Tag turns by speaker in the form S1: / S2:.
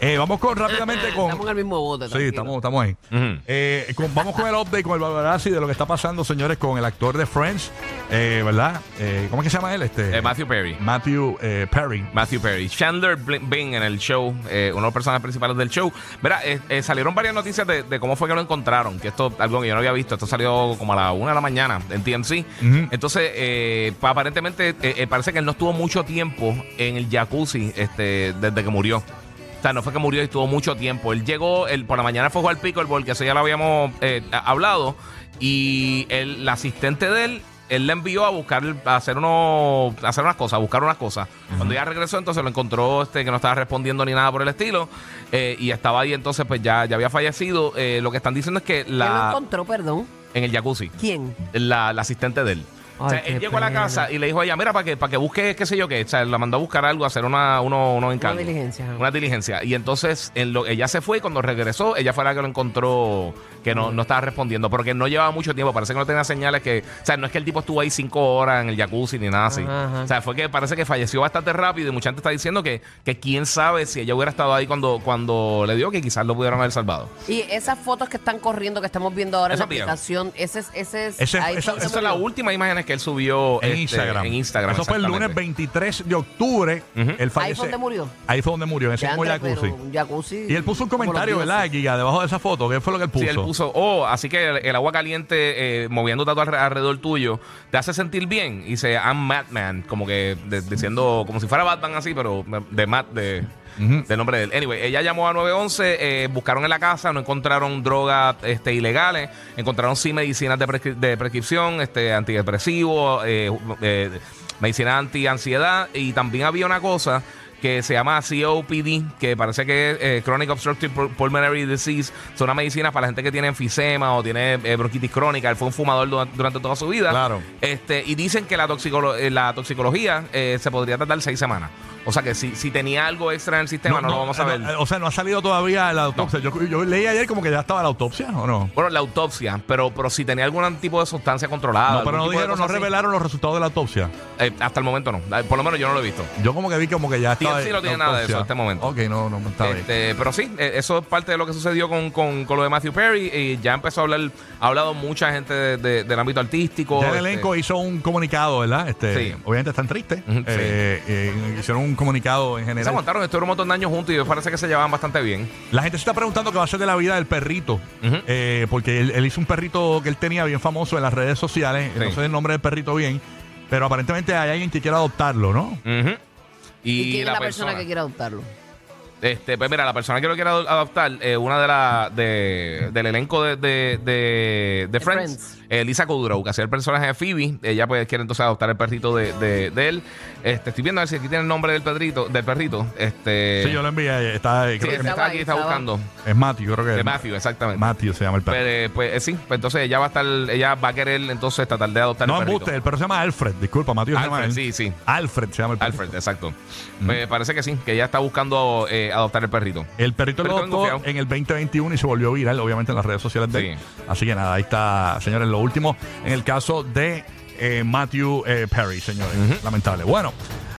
S1: Eh, vamos con rápidamente con.
S2: Estamos en el mismo bote.
S1: Sí,
S2: tranquilo.
S1: estamos, estamos ahí. Eh, con- vamos con el update, con el Barbarazzi de lo que está pasando, señores, con el actor de Friends, eh, ¿verdad? Eh, ¿Cómo es que se llama él? Este?
S3: Eh, Matthew Perry.
S1: Matthew eh, Perry.
S3: Matthew Perry. Chandler Bl- Bing en el show, eh, uno de los personajes principales del show. Mira, eh, eh, salieron varias noticias de, de cómo fue que lo encontraron, que esto algo que yo no había visto. Esto salió como a la una de la mañana en TMC.
S1: Ujú.
S3: Entonces, eh, pa- aparentemente, eh, eh, parece que él no estuvo mucho tiempo en el jacuzzi este, desde que murió. O sea, no fue que murió y estuvo mucho tiempo. Él llegó, él, por la mañana fue a jugar pickleball, que eso ya lo habíamos eh, a- hablado. Y el, la asistente de él, él le envió a buscar, a hacer, uno, a hacer unas cosas, a buscar unas cosas. Cuando ya regresó, entonces lo encontró este que no estaba respondiendo ni nada por el estilo. eh, y estaba ahí, entonces pues ya, ya había fallecido. Eh, lo que están diciendo es que
S2: ¿Quién lo
S3: la,
S2: encontró, perdón?
S3: en el jacuzzi
S2: ¿Quién?
S3: la, la asistente de él.
S2: Ay,
S3: O sea,
S2: qué
S3: él llegó a la
S2: pena.
S3: casa y le dijo a ella, mira, para que, para que busque qué sé yo qué. O sea, la mandó a buscar algo, a hacer una, uno, unos encargos.
S2: diligencia, ajá.
S3: Una diligencia. Y entonces en lo, ella se fue y cuando regresó, ella fue la que lo encontró, que no, no estaba respondiendo, porque no llevaba mucho tiempo. Parece que no tenía señales que... O sea, no es que el tipo estuvo ahí cinco horas en el jacuzzi ni nada así.
S2: Ajá, ajá.
S3: O sea, fue que parece que falleció bastante rápido y mucha gente está diciendo que, que quién sabe si ella hubiera estado ahí cuando, cuando le dio que quizás lo pudieron haber salvado.
S2: Y esas fotos que están corriendo, que estamos viendo ahora en
S3: Esa
S2: la
S3: vieja.
S2: aplicación, ese es... Ese es
S1: Ese-
S2: ahí
S1: esa-
S2: fue donde
S3: Esa es la
S2: murió.
S3: última imagen que él subió
S1: En
S3: este,
S1: Instagram.
S3: En Instagram.
S1: Eso fue el lunes
S3: exactamente.
S1: 23 de octubre.
S3: Ujú.
S1: él fallece-
S2: Ahí fue donde murió.
S1: Ahí fue donde murió, en ese
S2: Ya,
S1: mismo
S2: Andrés,
S1: jacuzzi.
S2: pero un jacuzzi.
S1: Y él puso un
S2: como los
S1: comentario, ¿verdad,
S2: dioses.
S1: Giga? Debajo de esa foto. ¿Qué fue lo que él puso?
S3: Sí, él puso, oh, así que el, el agua caliente eh, moviéndote a tu alre- alrededor tuyo te hace sentir bien. Y dice, I'm Madman, como que de- diciendo, como si fuera Batman así, pero de Matt, de,
S1: Ujú.
S3: del nombre de él. Anyway, ella llamó a 911, eh, buscaron en la casa, no encontraron drogas este, ilegales, encontraron sí medicinas de, prescri- de prescripción, este, antidepresivos, eh, eh, medicinas anti-ansiedad y también había una cosa que se llama COPD, que parece que es eh, Chronic Obstructive Pul- Pulmonary Disease. Son una medicina para la gente que tiene enfisema o tiene eh, bronquitis crónica. Él fue un fumador durante, durante toda su vida.
S1: Claro.
S3: Este, y dicen que la, toxicolo- eh, la toxicología eh, se podría tardar seis semanas. O sea que si, si tenía algo extra en el sistema, no, lo vamos a ver.
S1: no, eh, o sea, no ha salido todavía la autopsia. Yo, yo leí ayer como que ya estaba la autopsia, ¿o no?
S3: bueno, la autopsia, pero, pero si tenía algún tipo de sustancia controlada.
S1: no, pero
S3: Ah, algún
S1: no
S3: tipo de
S1: dijeron,
S3: cosa
S1: no
S3: así.
S1: revelaron los resultados de la autopsia.
S3: Eh, hasta el momento no. Eh, Por lo menos yo no lo he visto.
S1: Yo como que vi como que ya estaba.
S3: TLC no
S1: la
S3: tiene nada de
S1: autopsia.
S3: eso en este momento.
S1: Ok, no, no, está bien.
S3: Este, pero sí, eh, eso es parte de lo que sucedió con, con, con lo de Matthew Perry. Y ya empezó a hablar, ha hablado mucha gente de- de- del ámbito artístico.
S1: Ya el
S3: este,
S1: elenco hizo un comunicado, ¿verdad? Este,
S3: Sí.
S1: Obviamente están tristes.
S3: Ujú, sí.
S1: Eh, eh, hicieron un comunicado en
S3: se
S1: general.
S3: aguantaron, estuvieron un montón de años juntos y parece que se llevaban bastante bien.
S1: La gente se está preguntando qué va a ser de la vida del perrito.
S3: Ujú.
S1: Eh, porque él, él hizo un perrito que él tenía bien famoso en las redes sociales.
S3: Sí.
S1: No sé el nombre del perrito bien. Pero aparentemente hay alguien que quiera adoptarlo, ¿no?
S3: Ujú.
S2: ¿Y, quién es la persona, que quiere adoptarlo?
S3: Este, pues mira, la persona que lo quiera ado- adoptar, eh, una de las de, del elenco de, de, de- de
S2: De
S3: Friends,
S2: Friends.
S3: eh, Lisa Kudrow, que hacía el personaje de Phoebe, ella pues quiere entonces adoptar el perrito de, de- de él. Este, estoy viendo a ver si aquí tiene el nombre del perrito, del perrito. Este,
S1: Sí, yo lo envié. Está, eh,
S3: sí,
S1: creo que
S3: está
S2: estaba
S3: aquí,
S2: ahí,
S3: está
S2: estaba.
S3: buscando.
S1: es Matthew, creo que
S3: De
S1: es.
S3: Matthew, exactamente.
S1: Matthew se llama el perro.
S3: Pero, eh, pues eh, sí, pues entonces ella va a estar, ella va a querer entonces tratar de adoptar
S1: no,
S3: el perrito.
S1: embuste, el perro se llama Alfred. Disculpa, Matthew se llama
S3: Alfred,
S1: él.
S3: sí, sí.
S1: Alfred se llama el perro.
S3: Alfred, exacto.
S1: Mm.
S3: Me parece que sí, que ella está buscando eh, adoptar el perrito.
S1: El perrito lo
S3: Perrito
S1: adoptó
S3: engofiado.
S1: en el 2021 y se volvió viral, obviamente, en las redes sociales de
S3: Sí.
S1: él. Así que nada, ahí está, señores, lo último en el caso de eh, Matthew eh, Perry, señores. Lamentable. Bueno,